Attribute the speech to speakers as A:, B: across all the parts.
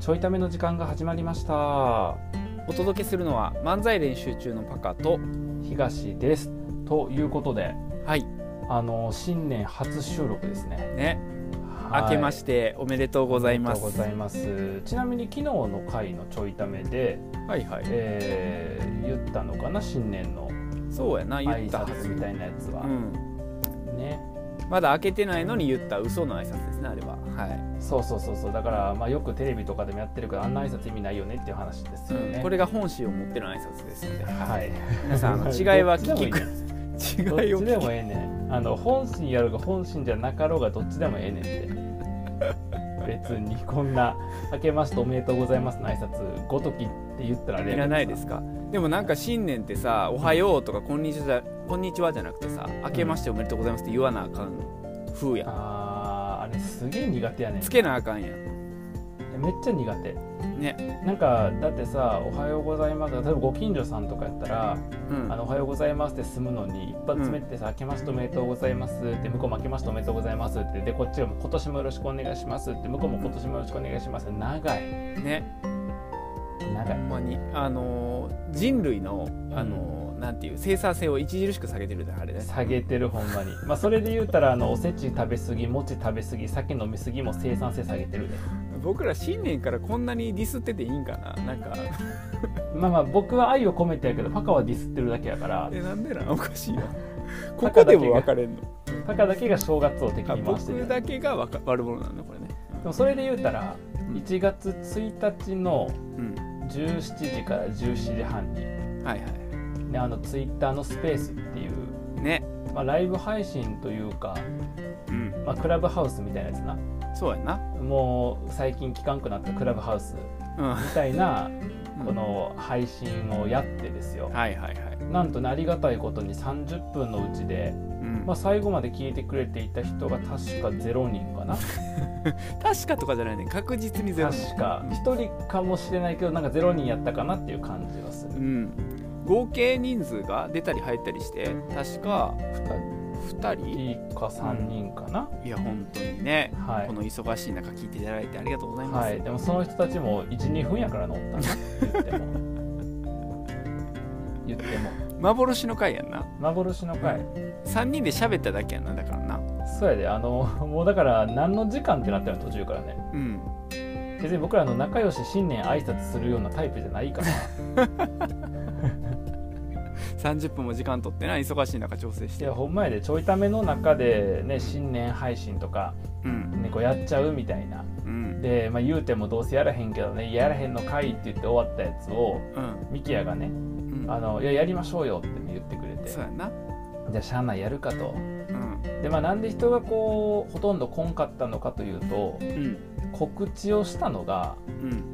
A: ちょいための時間が始まりました
B: お届けするのは漫才練習中のパカと
A: 東ですということで
B: はい
A: あの新年初収録ですね
B: ね
A: はい
B: 明けましておめでとうござい
A: あ
B: ます
A: りがとうございますちなみに昨日の回のちょいためで、
B: はいはい
A: えー言ったのかな新年の
B: そうやな言
A: 挨
B: ったはず
A: 拶みたいなやつは、
B: うん
A: ね
B: まだ開けてないのに言った嘘の挨拶ですねあれはは
A: そうそうそうそうだから、まあ、よくテレビとかでもやってるけどあんな挨拶意味ないよねっていう話です
B: い、
A: よね、
B: これが本心を持っての挨拶です ので、
A: はい
B: 皆さんあ の違いは聞きく
A: どっ
B: 違いを
A: ちで
B: 聞
A: もええねんあの本心やろうが本心じゃなかろうがどっちでもええねんって別にこんな「明けましておめでとうございます」の挨拶ごときって言ったらあれ
B: きい
A: やけどさ
B: らないですかでもなんか新年ってさ「おはよう」とかこんにちは「こんにちは」じゃなくてさ「明けましておめでとうございます」って言わなあかん風やん
A: あーあれすげえ苦手やねん
B: つけなあかんやん
A: めっちゃ苦手
B: ね
A: なんかだってさ「おはようございます」例えばご近所さんとかやったら「
B: うん
A: あのおはようございます」って済むのに一発目ってさ「明けましておめでとうございます」って向こうも「明けましておめでとうございます」ってでこっちが「今年もよろしくお願いします」って向こうも「今年もよろしくお願いします」長い
B: ね
A: 長い
B: ほんまにあのー人類のあのー、なんていう生産性を著しく下げてるじゃんあれね
A: 下げてるほんまにまあそれで言うたらあのおせち食べ過ぎ餅食べ過ぎ酒飲み過ぎも生産性下げてるで
B: 僕ら新年からこんなにディスってていいんかななん か
A: まあまあ僕は愛を込めてやけどパカはディスってるだけやから
B: えなんでなんおかしい なここでも分かれんの
A: パカだけが正月を敵
B: あ
A: に回してる
B: 僕だけがわか悪者なんだこれね
A: でもそれで言うたら
B: ん
A: 1月1日の
B: うん、
A: 17時から17時半に、
B: はいは
A: ね、あのツイッターのスペースっていう、
B: いね
A: まあ、ライブ配信というか、
B: うん
A: まあ、クラブハウスみたいなやつな
B: そうやな
A: もう最近聞かんくなったクラブハウス
B: うん
A: みたいな
B: うん
A: この配信をやってですよ
B: はいはいはい
A: なんとねありがたいことに30分のうちで、
B: うん
A: まあ、最後まで聞いてくれていた人が確か0人かな
B: 確かとかじゃないね確実にゼロ
A: 確か1人かもしれないけどなんか0人やったかなっていう感じはする
B: うん合計人数が出たり入ったりして確か2人
A: 1か3人かな、
B: いや本当にね
A: はい
B: この忙しい中聞いていただいてありがとうございます。
A: はい、でもその人たちも12分やから乗ったなって言っても言っても
B: 幻の回やんな。
A: 幻の回
B: 3人で喋っただけやんなだからな。
A: そうやであのもうだから何の時間ってなってるの途中からね
B: うん。
A: 別に僕らの仲良し新年挨拶するようなタイプじゃないから
B: 30分も時間取ってな忙しい中調整し
A: い
B: て
A: や。ほんまやでちょいための中でね新年配信とか、
B: うん
A: ね、こうやっちゃうみたいな
B: うん
A: で、まあ、言うてもどうせやらへんけどねいややらへんのかいって言って終わったやつを
B: うん
A: ミキヤがね
B: うん。
A: あのいややりましょうよって言ってくれて
B: そうやな。
A: じゃあしゃあないやるかと
B: うん
A: でまあなんで人がこうほとんど来んかったのかというと
B: うん
A: 告知をしたのが
B: うん。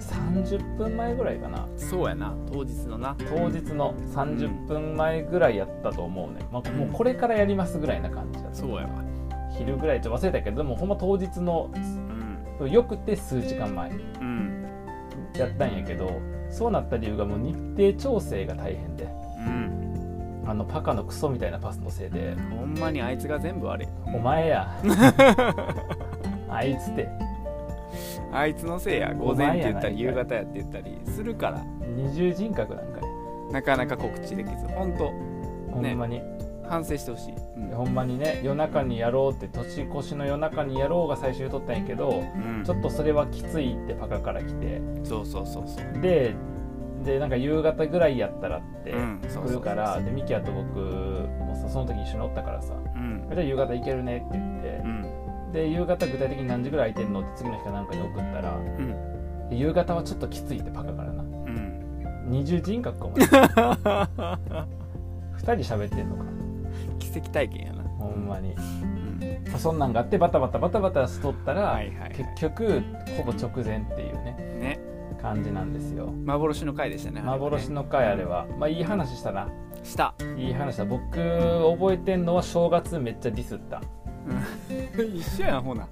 A: 30分前ぐらいかな
B: そうやな当日のな。
A: 当日の30分前ぐらいやったと思うね、まあ、もうこれからやりますぐらいな感じだ
B: そうやわ。
A: 昼ぐらいちょっと忘れたけどでもほんま当日の
B: うん
A: よくて数時間前
B: うん
A: やったんやけどそうなった理由がもう日程調整が大変で
B: うん。
A: あのパカのクソみたいなパスのせいで
B: ほんまにあいつが全部悪い。
A: お前 やあいつって
B: あいつのせいや午
A: お前
B: 前っ
A: や
B: て言った
A: な
B: り夕方やって言ったりするから
A: 二重人格なんかね
B: なかなか告知できず本当
A: ほんまに、
B: 反省してほしい。うん
A: ほんまにね夜中にやろうって年越しの夜中にやろうが最終取ったんやけど
B: うん
A: ちょっとそれはきついってパカから来て
B: そうそうそうそう。
A: ででなんか夕方ぐらいやったらって
B: うんそうそうそう
A: 来るからでミキヤと僕もさその時一緒におったからさ
B: うん
A: じゃあ夕方行けるねって言って
B: う、ん
A: で夕方具体的に何時ぐらい空いてんのって次の日かなんかに送ったら
B: うん
A: で夕方はちょっときついってパカからな
B: うん
A: 二重人格かお 前二人喋ってんのか
B: 奇跡体験やな、
A: ほんまに
B: うん、
A: まあそんなんがあってバタバタバタバタしとったら、
B: はいはいはい
A: 結局ほぼ直前っていうね
B: ね
A: 感じなんですよ
B: 幻の回でしたね
A: 幻の回あれは、まあいい話したな
B: した、
A: いい話だ僕覚えてんのは正月めっちゃディスった
B: うん一緒やんほな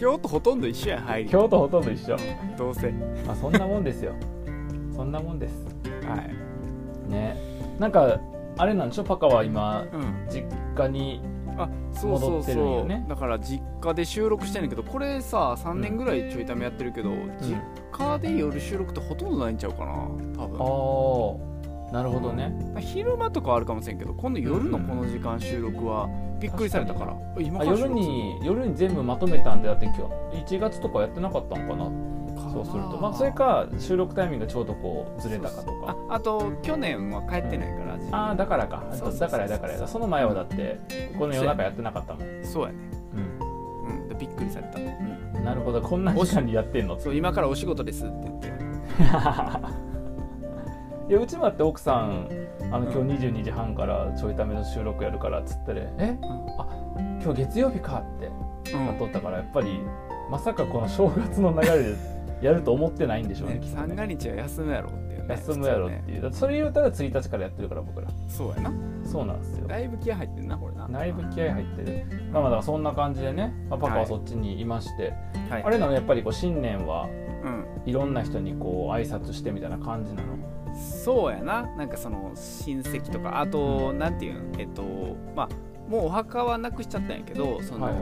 B: 今日とほとんど一緒やん入り
A: 今日とほとんど一緒、
B: どうせはい
A: まあ、そんなもんですよそんなもんですねなんかあれなんでしょパカは今
B: うん
A: 実家に
B: あそうそ
A: 戻
B: う
A: ってるん
B: そ
A: よ
B: う、
A: ね
B: だから実家で収録してんだけどこれさ3年ぐらいちょいためやってるけど、実家で夜収録ってほとんどないんちゃうかな多分
A: ああなるほどね
B: まあ昼間とかはあるかもしれんけど今度夜のこの時間収録はびっくりされたから、え今
A: あ
B: から収
A: 夜
B: 録する
A: に夜に全部まとめたんでだって今日1月とかやってなかったのかな
B: のかな
A: そうするとまあそれか収録タイミングがちょうどこうずれたかと
B: そう
A: か
B: そうああと去年は帰ってないから、
A: ああだからか
B: そうそうそう
A: だからやだからやその前はだってこの夜中やってなかったもん、
B: そうやねうんでびっくりされた、うん
A: なるほどこんな時間にやってんの
B: そう今からお仕事ですって言って
A: いやうちもだって奥さんあの
B: うん
A: 今日22時半からちょいための収録やるからっつってね、えあ今日月曜日かって
B: うん
A: なっとったからやっぱりまさかこの正月の流れでやると思ってないんでしょうね
B: ね
A: きっと
B: 三
A: ね
B: が日は休むやろっていうね
A: 休むやろっていう、だってそれ言うたら1日からやってるから僕ら
B: そうやな
A: そうなんですよ
B: だいぶ気合入ってんなこれな
A: だいぶ気合入ってるまあまあだからそんな感じでね、まあ、パパはそっちにいまして、
B: はい
A: あれなのやっぱりこう新年は
B: うん
A: いろんな人にこう挨拶してみたいな感じなの
B: そうやななんかその親戚とかあとなんていうんえっとまあもうお墓はなくしちゃったんやけどその、
A: はい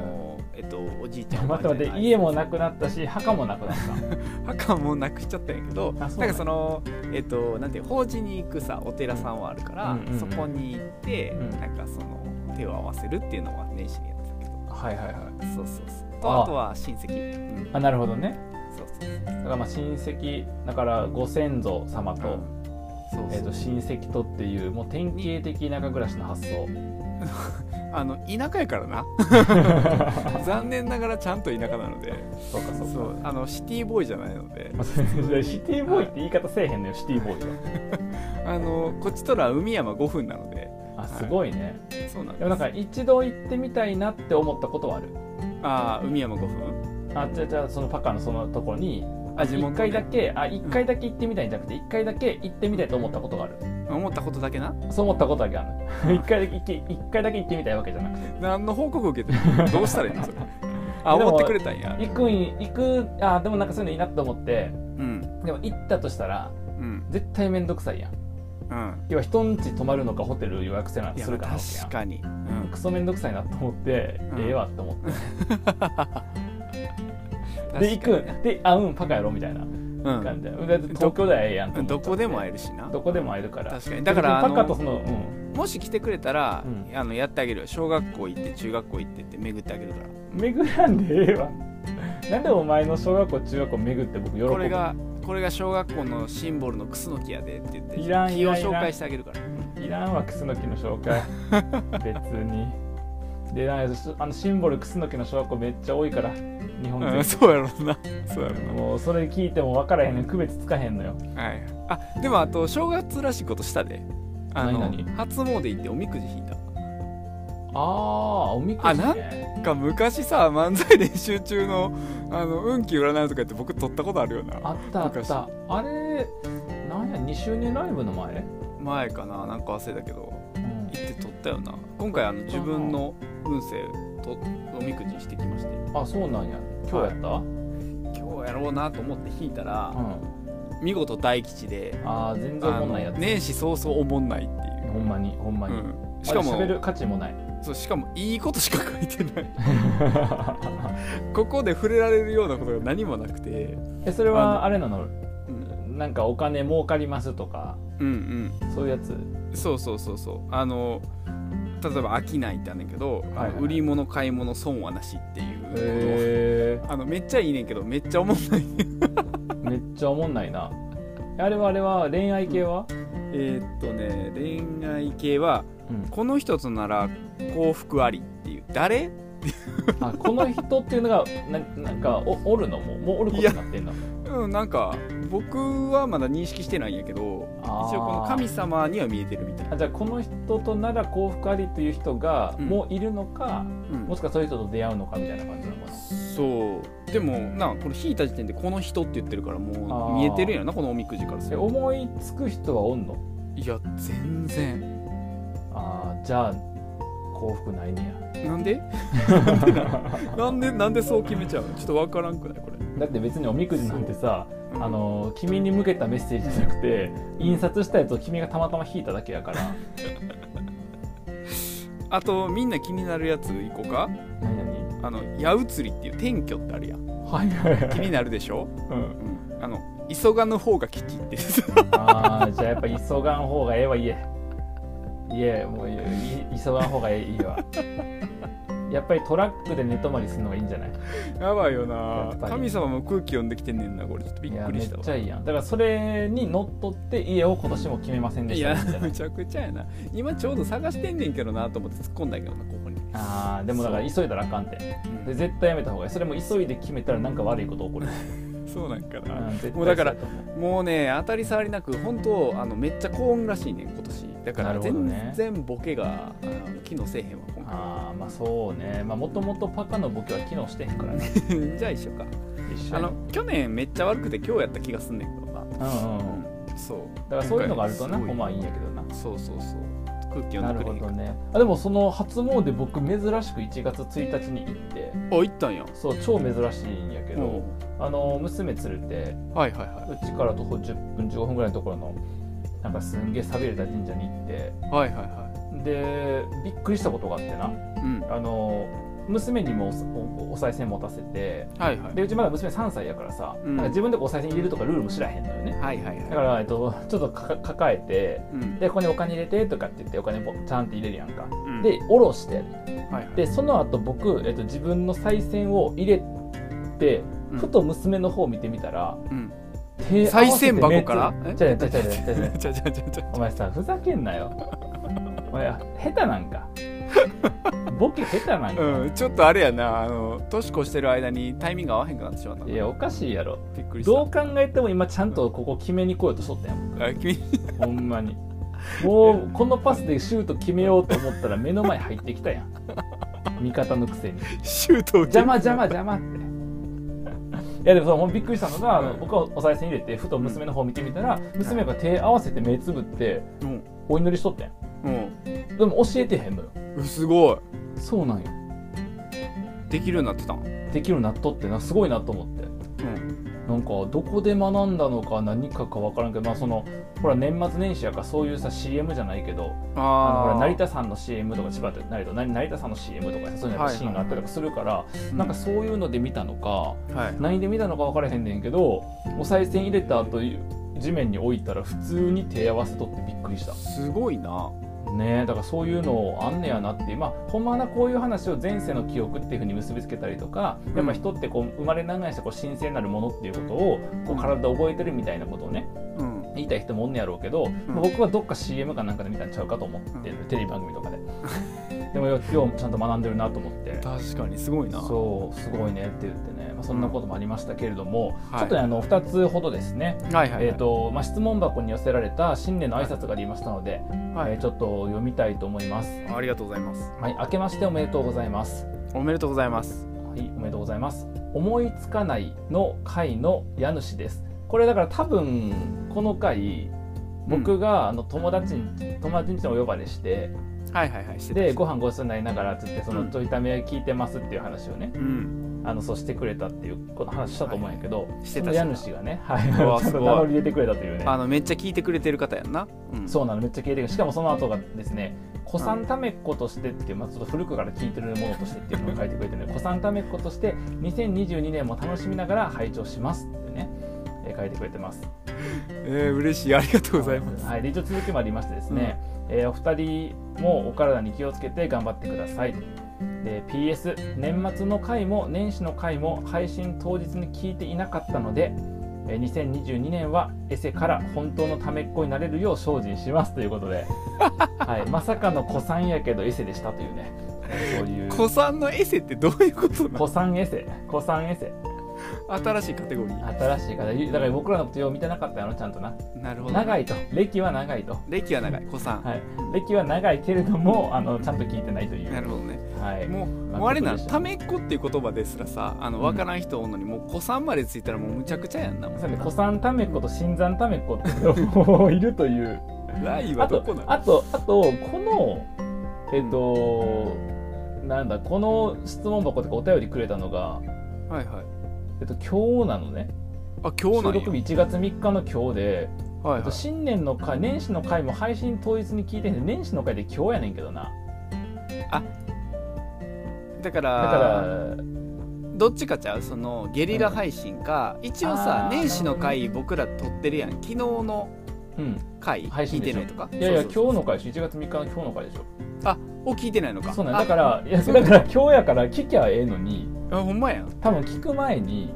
B: えっとおじいちゃ ん
A: 待って待って家もなくなったし墓もなくなっ
B: 墓もなくしちゃったんやけど
A: あ
B: なん
A: そうなんや
B: かそのえっとなんていう法事に行くさお寺さんはあるから、
A: うんうんうん
B: そこに行って、
A: うん
B: なんかその手を合わせるっていうのは年始にやってたけど
A: たはいはいはい
B: そうそうそうと
A: あ
B: あとは親戚、うん、
A: あなるほどね
B: そうそう
A: だからまあ親戚だからご先祖様と,、
B: そう
A: えー、と親戚とっていうもう典型的田舎暮らしの発想
B: あの田舎やからな 残念ながらちゃんと田舎なので
A: そうかそうか
B: そうあのシティボーイじゃないので
A: まあそれシティボーイって言い方せえへんのよシティボーイは
B: あのこっちとら海山5分なので
A: あすごいね
B: そうなん
A: でもな
B: で
A: ん
B: す
A: か一度行ってみたいなって思ったことはある
B: あー海山5分
A: あじゃあじゃあそのパカのそのところに
B: あ地元
A: 1
B: ね
A: 回だけあ一回だけ行ってみたいんじゃなくて1回だけ行ってみたいと思ったことがある
B: 思ったことだけな
A: そう思ったことだけある一回だけ行き一回だけ行ってみたいわけじゃなくて
B: 何の報告を受けて るどうしたらいいのそれあ
A: でも
B: 思ってくれたんや
A: 行くん行くあでもなんかそういうのいいなと思って
B: うん
A: でも行ったとしたら
B: うん
A: 絶対面倒くさいやん
B: うん
A: 要は人ん家泊まるのかホテル予約せない
B: や
A: するかなわけやん
B: 確かに、うん
A: クソ面倒くさいなと思って、
B: うん
A: ええわと思って
B: 確かに
A: で行くんであうんパカやろみたいな
B: うん
A: 感じで、だって東京ではええやんと
B: う
A: 思
B: ん
A: っちゃ
B: ど
A: って
B: こでも会えるしな
A: どこでも会えるから
B: 確かにだからあ
A: パカ
B: の
A: とそのうん
B: もし来てくれたら、
A: うん
B: あのやってあげるよ小学校行って中学校行ってって巡ってあげるから
A: 巡らんでええわなんでお前の小学校中学校巡って僕喜ぶの
B: これがこれが小学校のシンボルのクスノキやでって言って
A: いらん
B: 木を
A: いらんいらん
B: 紹介してあげるから
A: いらんわクスノキの紹介 別にでなんかすあのシンボルクスノキの小学校めっちゃ多いから日本
B: うん
A: 全
B: そうやろうなそうやろ
A: 国、もうそれ聞いても分からへんのに区別つかへんのよ
B: うなはいあでもあと正月らしいことしたであの
A: 何々
B: 初詣行っておみくじ引いた
A: ああおみく
B: あ
A: じ
B: なん
A: ね
B: か昔さ漫才練習中のあの運気占いとか言って僕撮ったことあるよな
A: あったあったあれなんや2周年ライブの前、
B: 前かななんか忘れたけど行って撮ったよな今回あの自分の運勢とおみくじしてきまして
A: あそうなんや今日やった、
B: 今日やろうなと思って引いたら
A: う、ん
B: 見事大吉で
A: ああ全然
B: あ
A: おもん
B: の
A: ないやつ
B: 年始早々おもんないっていう
A: ほんまにほんまに、
B: うんしか
A: あれ喋
B: も
A: る価値もない
B: そうしかもいいことしか書いてないここで触れられるようなことが何もなくて、
A: えそれ
B: あ
A: はあれなの
B: うん、
A: なんかお金儲かりますとか
B: うん
A: そういうやつ
B: そうそうそうそうあの例えば「商い」ってあんねんけど、あの
A: はいはいはい
B: 売り物買い物損はなしっていう、
A: へ
B: あのめっちゃいいねんけどめっちゃおもんない
A: えめっちゃおもんないなあれはあれは恋愛系は、
B: えーっとね恋愛系は
A: うん
B: この人となら幸福ありっていう誰
A: あこの人っていうのがななんかおおるのもうもうおることになってんだ
B: うん、なんか僕はまだ認識してないんやけど
A: あー
B: 一応この神様には見えてるみたいな
A: あじゃあこの人となら幸福ありという人が
B: うん
A: もういるのか、
B: うん
A: もしくはそういう人と出会うのかみたいな感じなのかな
B: そうでもなこれ引いた時点でこの人って言ってるからもう
A: あー
B: 見えてるんやろなこのおみくじからす
A: え
B: ると
A: 思いつく人はおんの
B: いや全然
A: あーじゃあ幸福ないねや
B: なん でなんでななんでなんでそう決めちゃうのちょっとわからんくないこれ
A: だって別におみくじなんてさ
B: うん
A: あの君に向けたメッセージじゃなく て印刷したやつを君がたまたま引いただけやから
B: あとみんな気になるやつ行こうか
A: 何何
B: あの矢移りっていう転居ってあるやん
A: はいはいは
B: 気
A: い
B: になるでしょ、
A: うん
B: あの急がぬ方が吉ってです
A: ああじゃあやっぱ急がん方がええわ言えいえもういいい急がん方がええいいわやっぱりトラックで寝泊まりするのがいいんじゃない
B: やばいよ
A: や
B: な
A: っぱり
B: 神様も空気読んできてんねんなこれちょっとび
A: い
B: っ
A: や
B: くりした
A: め
B: わ
A: っちゃいいやんだからそれにのっとって家を今年も決めませんで
B: い
A: し
B: や
A: たみたいな
B: むちゃくちゃやな今ちょうど探してんねんけどなと思って突っ込んだけどなここに、
A: あーでもだから急いだらあかんて
B: うん
A: で絶対やめた方がいいそれも急いで決めたらなんか悪いこと起こる、
B: そうなんか
A: う
B: な、
A: ん絶対
B: もうだから
A: そうやと思う
B: もうね当たり障りなく本当あのめっちゃ高温らしいねん今年だか
A: な
B: ら
A: るほどね
B: 全然ボケが、あの機能せえへんわ今
A: ああまあそうねまあもともとパカのボケは機能してへんからね
B: 回じゃあ一緒か
A: 一緒に
B: あの去年めっちゃ悪くて今日やった気がすんねんけどな、
A: うんうん、うん、
B: うんそう
A: だからそういうのがあるとな
B: 今回
A: まあいいん
B: す
A: やけどな
B: ごいそうそうそう空気
A: な
B: 読ん
A: る
B: でく
A: ほ
B: れへん
A: ど
B: か
A: ねあでもその初詣僕珍しく1月1日に行って
B: あ行ったんや
A: そう超珍しいんやけどあの娘連れて
B: うんはいはいは
A: うちから徒歩10分15分ぐらいのところのなんかすんげえ寂れた神社に行って
B: いはいはいは
A: でびっくりしたことがあってない
B: うん
A: あの娘にもおおおお賽銭持たせて
B: はいはい
A: でうちまだ娘3歳やからさ、
B: うん
A: なんか自分でお賽銭入れるとかルールも知らへんのよね
B: はいはい
A: だ
B: は
A: から、えっと、ちょっとかか抱えて
B: いうん
A: でここにお金入れてとかって言ってお金ポンちゃんって入れるやんか
B: うん
A: で下ろして
B: はいはい
A: でその後僕、えっと、自分の賽銭を入れて
B: うん
A: ふと娘の方を見てみたら、
B: うん
A: 手合わせて
B: 賽銭箱から
A: めっちゃ違う違う違う違う違う違う
B: ちゃちゃちゃちゃ
A: お前さふざけんなよお前下手なんかボケ下手なんか、
B: うんちょっとあれやなあの年越してる間にタイミング合わへんくなってしまったない
A: やおかしいやろ
B: びっくりした
A: どう考えても今ちゃんとここ決めに来ようとしとったやん
B: あ君
A: ほんま に。もうこのパスでシュート決めようと思ったら目の前入ってきたやん。味方のくせに。
B: シュートを受け
A: 邪魔邪魔邪魔って。いやでもそうほんまびっくりしたのが、あの
B: うん
A: 僕はお賽銭入れてふと娘の方見てみたら、娘が手合わせて目つぶって
B: うん
A: お祈りしとってんでも教えてへんのよ
B: うんすごい
A: そうなんよ
B: できるようになってたん
A: できるようになっとってなすごいなと思って
B: うん
A: なんかどこで学んだのか何かか分からんけどまあそのほら年末年始やからそういうさ CM じゃないけどあのほ
B: あ
A: ら
B: あ
A: 成田さんの CM とか千葉ってなるとな成田さんの CM とかそういうのやっぱシーンがあったりとかするから、なんかそういうので見たのか
B: はい
A: 何で見たのか分からへんねんけどお賽銭入れた後地面に置いたら普通に手合わせとってびっくりした
B: すごいな
A: ねえだからそういうのあんねやなっていうまあほんまはなこういう話を前世の記憶っていうふうに結びつけたりとか
B: ん
A: やっぱ人ってこう生まれながらにしてこう神聖なるものっていうことをこう体で覚えてるみたいなことをね
B: うん
A: 言いたい人もおんねやろうけど、
B: ん
A: 僕はどっか CM かなんかで見たんちゃうかと思ってる、テレビ番組とかででもよようちゃんと学んでるなと思って
B: 確かにすごいな
A: そうすごいねって言ってね、まあ、そんなこともありましたけれども、
B: はい
A: ちょっとねあの2つほどですね、
B: はいはいはい
A: えーとまあ、質問箱に寄せられた新年の挨拶がありましたので、
B: は
A: えー
B: い
A: ちょっと読みたいと思います、
B: ありがとうございます
A: はい、明けましておめでとうございます
B: おめでとうございます
A: はい、おめでとうございます。思いつかないの会の家主です。これだから多分この回僕があの友達に友達にお呼ばれして
B: はいはいはいしてた
A: でご飯ごちそうになりながらっつってそ
B: うん
A: のちょいため聞いてますっていう話をね
B: うん
A: あのそうしてくれたっていうこの話したと思うんやけど
B: いして
A: そ
B: た
A: の家主がねはいち
B: うわ
A: ゃん
B: すご
A: と
B: い
A: 名乗り入れてくれたというね
B: あのめっちゃ聞いてくれてる方やんなうん
A: そうなのめっちゃ経験しかもその後がですね「古参ためっ子として」っていう、まあ、ちょっと古くから聞いてるものとしてっていうのを書いてくれてるので「古参ためっ子として2022年も楽しみながら拝聴します」ってね、えー書いてくれてます。
B: えー嬉しいありがとうございます
A: はい、で一応続きもありましてですね、えーお二人もお体に気をつけて頑張ってください。で PS 年末の回も年始の回も配信当日に聞いていなかったのでえー2022年はエセから本当のためっ子になれるよう精進しますということ で、はい、まさかの古参やけどエセでしたというね、えーそういう
B: 子さんのエセってどういうことな
A: 古参エセ古参エセ
B: の新しいカテゴリー
A: 新しい方だから僕らのことよう見てなかったよなちゃんとな
B: なるほど
A: 長いと歴は長いと
B: 歴は長い子さん、
A: はい、歴は長いけれどもあのちゃんと聞いてないという。
B: なるほどね
A: はい、
B: もう
A: まあ
B: もうあれな
A: そうでしょ
B: ためっ子っていう言葉ですらさあの
A: うん
B: 分からん人おんのに、もう子さんまでついたらもうむちゃくちゃやんなも
A: そううね、古参ためっ子と新参ためっ子っていうの もいるという。
B: ライは
A: あ
B: ど
A: と
B: こなの
A: あとあとこのえっ、と、なんだこの質問箱とかお便りくれたのが
B: はいはい
A: えっと今日なのね。
B: あ今日
A: 収
B: なんや
A: 録日1月3日の今日で、
B: はい
A: えっと
B: はい
A: 新年の回年始の回も配信当日に聞いてへんで年始の回で今日やねんけどな。
B: だから
A: だから
B: どっちかちゃうそのゲリラ配信か、一応
A: あ
B: さ
A: ー
B: 年始の回僕ら撮ってるやん昨日の
A: うん
B: 回
A: 配
B: 聞
A: 信
B: い
A: で
B: て
A: しょ
B: ないとか
A: いやいや今
B: そう
A: 日
B: そう
A: の回でしょ1月3日の今日の回でしょ
B: あを聞いてないのか
A: そうなん
B: あ
A: だからいやだから今日やから聞きゃええのに
B: あほんまやん、
A: 多分聞く前に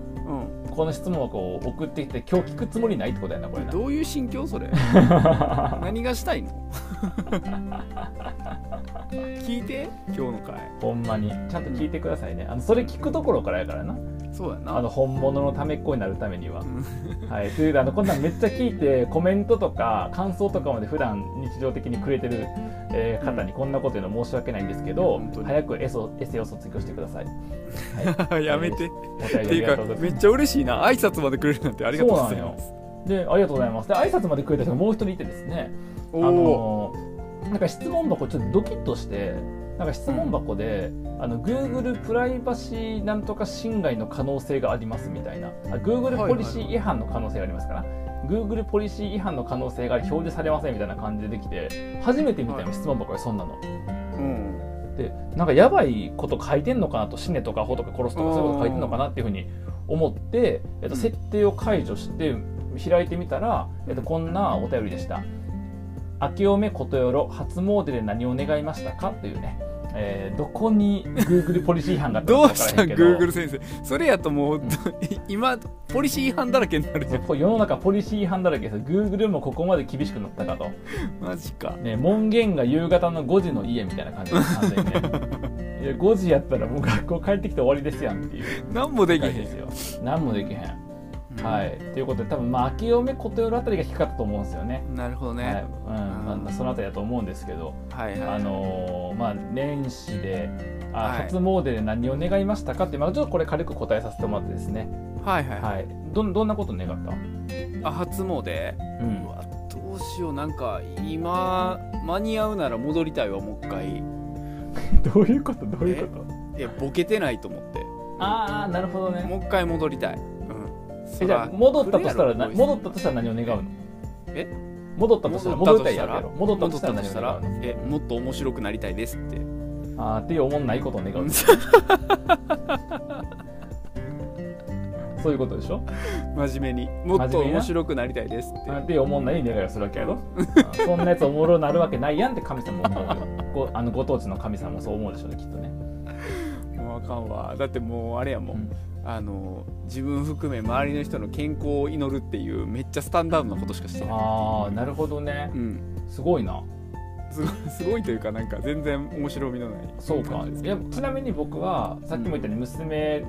B: う
A: この質問箱を送ってきて今日聞くつもりないってことやなこれ
B: ん、
A: な
B: どういう心 境それ何がしたいの 聞いて今日の回
A: ほんまにちゃんと聞いてくださいねあのそれ聞くところからやからな
B: そうやな
A: あの本物のためっこになるためには
B: うん。
A: はい、ということであのこんなんめっちゃ聞いてコメントとか感想とかまで普段日常的にくれてる、えー方にこんなこと言うの申し訳ないんですけど、
B: 本当に
A: 早くエソエセを卒業してください。
B: やめ
A: お便
B: てっ
A: り
B: て
A: あ
B: い
A: り
B: う
A: が
B: か
A: とうござい
B: め
A: ま
B: っちゃ嬉しいな挨拶までくれるなんてありがとうございます
A: す。でありがとうございます。で挨拶までくれた人がもう一人いてですねあ
B: おお
A: のなんか質問箱ちょっとドキッとしてなんか質問箱で、あの Google プライバシーなんとか侵害の可能性がありますみたいなあ Google ポリシー違反の可能性がありますから、Google ポリシー違反の可能性が表示されませんみたいな感じでできて初めて見たよ質問箱でそんなの。
B: うん
A: でなんかやばいこと書いてんのかなと死ねとかアホとか殺すとかそういうこと書いてんのかなっていうふうに思って、えっと、設定を解除して開いてみたら、えっと、こんなお便りでした「明けおめことよろ初詣で何を願いましたか?」というね、えーどこに Google ポリシー違反があったの
B: ど
A: か
B: う
A: 分か
B: し
A: ら
B: た
A: へん
B: ん
A: け
B: Google 先生それやともう、
A: ん
B: 今ポリシー違反だらけになるじゃ
A: そう世の中ポリシー違反だらけです Google もここまで厳しくなったかと、
B: んマジか
A: ね、門限が夕方の5時の家みたいな感じで完全 にねいや5時やったらもう学校帰ってきて終わりですやんっていう
B: 何もできへ
A: 高いで
B: ん、
A: すよ。何もできへん。はい。ということで、多分まあ、明けおめことよろあたりが低かったと思うんですよね。
B: なるほどね、
A: はい。うん。まあ、そのあたりだと思うんですけど、
B: はいはい
A: あのーまあ、年始で、あ、
B: はい
A: 初詣で何を願いましたかって、まあ、ちょっとこれ軽く答えさせてもらってですね。
B: はいはいはい
A: はい。どん、どんなこと願った。
B: あ初詣
A: う。
B: うんわどうしようなんか今間に合うなら戻りたいわもう一回
A: どういうこと、どういうこと。
B: いやボケてないと思って
A: ああ、なるほどね。
B: もう一回戻りたい、うん、
A: え
B: そ
A: じゃ
B: ら
A: あ戻ったとしたら
B: 来る
A: な
B: やろ
A: 戻ったとしたら何を願うの
B: え
A: 戻ったとしたら
B: 戻
A: 戻
B: っ
A: ったたとし
B: とし
A: たた
B: ら
A: ら戻った
B: 戻
A: とし
B: っ
A: たたら
B: と
A: 何
B: した
A: を
B: ら
A: 願うの
B: えもっと面白くなりたいですって
A: あーっていう思んないことを願うそういうことでしょ
B: 真面目にも っ
A: 真
B: と
A: 面目にな
B: 面白くなりたいですって
A: あーっていう思んない願いをするわけやろあーそんなやつおもろなるわけないやんって神様も思 うよごあのご当地の神様もそう思うでしょうねきっとね、
B: もうあかんわだってもうあれやもん、
A: うん
B: あの自分含め周りの人の健康を祈るっていうめっちゃスタンダードなことしかしてない、
A: ああなるほどね
B: うん、
A: すごいな
B: すごいすごいというかなんか全然面白みのない
A: そうか
B: 感じです
A: いやちなみに僕はさっきも言ったように娘連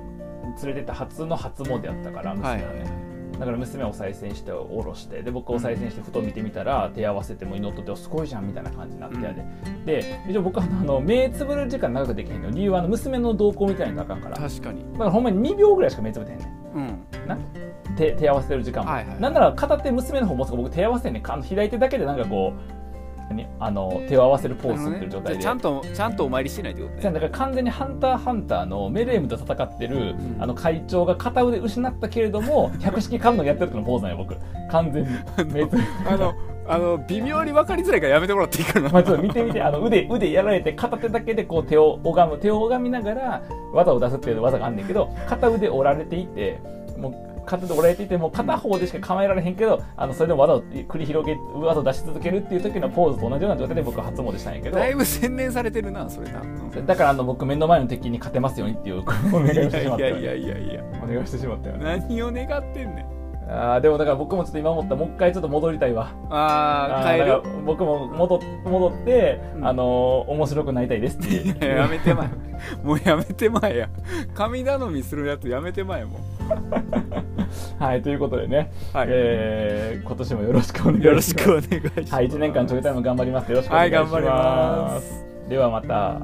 A: れてった初の初詣やったから娘はね、だから娘をお賽銭しておろしてで僕をお賽銭してふと見てみたら手合わせても祈っとっておすごいじゃんみたいな感じになってやで、で一応僕はあの目つぶる時間長くできへんの理由はあの娘の動向みたいなのとあかんからだか
B: 確かに
A: らほんまに2秒ぐらいしか目つぶってへんね
B: うん
A: んな手手合わせてる時間も、
B: はいはい
A: なんなら片手娘の方持つから僕手合わせてんねんかあの左手だけでなんかこう何あの手を合わせるポーズ
B: あ
A: 取
B: の
A: って
B: ね
A: る
B: じ
A: 状
B: ゃあ
A: 態で、
B: ちゃんとちゃんとお参りしてないってこと
A: だ
B: ね
A: から完全に「ハンターハンター」のメレームと戦ってる、
B: ん
A: あの会長が片腕失ったけれども百式観音やってる時のポーズなんよ僕完 全に目つぶ
B: あのあの微妙に分かりづらいからやめてもらっていいかな
A: まあちょっと見てみてあの腕腕やられて片手だけでこう手を拝む手を拝みながら技を出すっていう技があんねんけど片腕折られていてもう片手で折られていてもう片方でしか構えられへんけどあのそれでも技を繰り広げ技を出し続けるっていう時のポーズと同じような状態で僕は初詣したんやけど
B: だいぶ洗練されてるなそれな、うん
A: だからあの僕目の前の敵に勝てますようにっていうお願いをし
B: い
A: てしまっ
B: やい
A: た
B: や
A: よ
B: いやいやいや
A: お願いしてしまったよね
B: 何を願ってんねん
A: あーでもだから僕もちょっと今思ったもう一回ちょっと戻りたいわ
B: ああ
A: ー
B: 帰
A: だ
B: る
A: から僕も戻っ戻って、
B: うん
A: あのー面白くなりたいですっていう
B: いややめてまえ もうやめてまえや神頼みするやつやめてまえも
A: はいということでね、
B: うはい、
A: えー今年もよろしくお願いします
B: よろしくお願いします
A: はい1年間ちょいタイム頑張りますよろしくお願
B: は
A: い
B: い
A: しま
B: 頑
A: す,、
B: 張ります
A: ではまた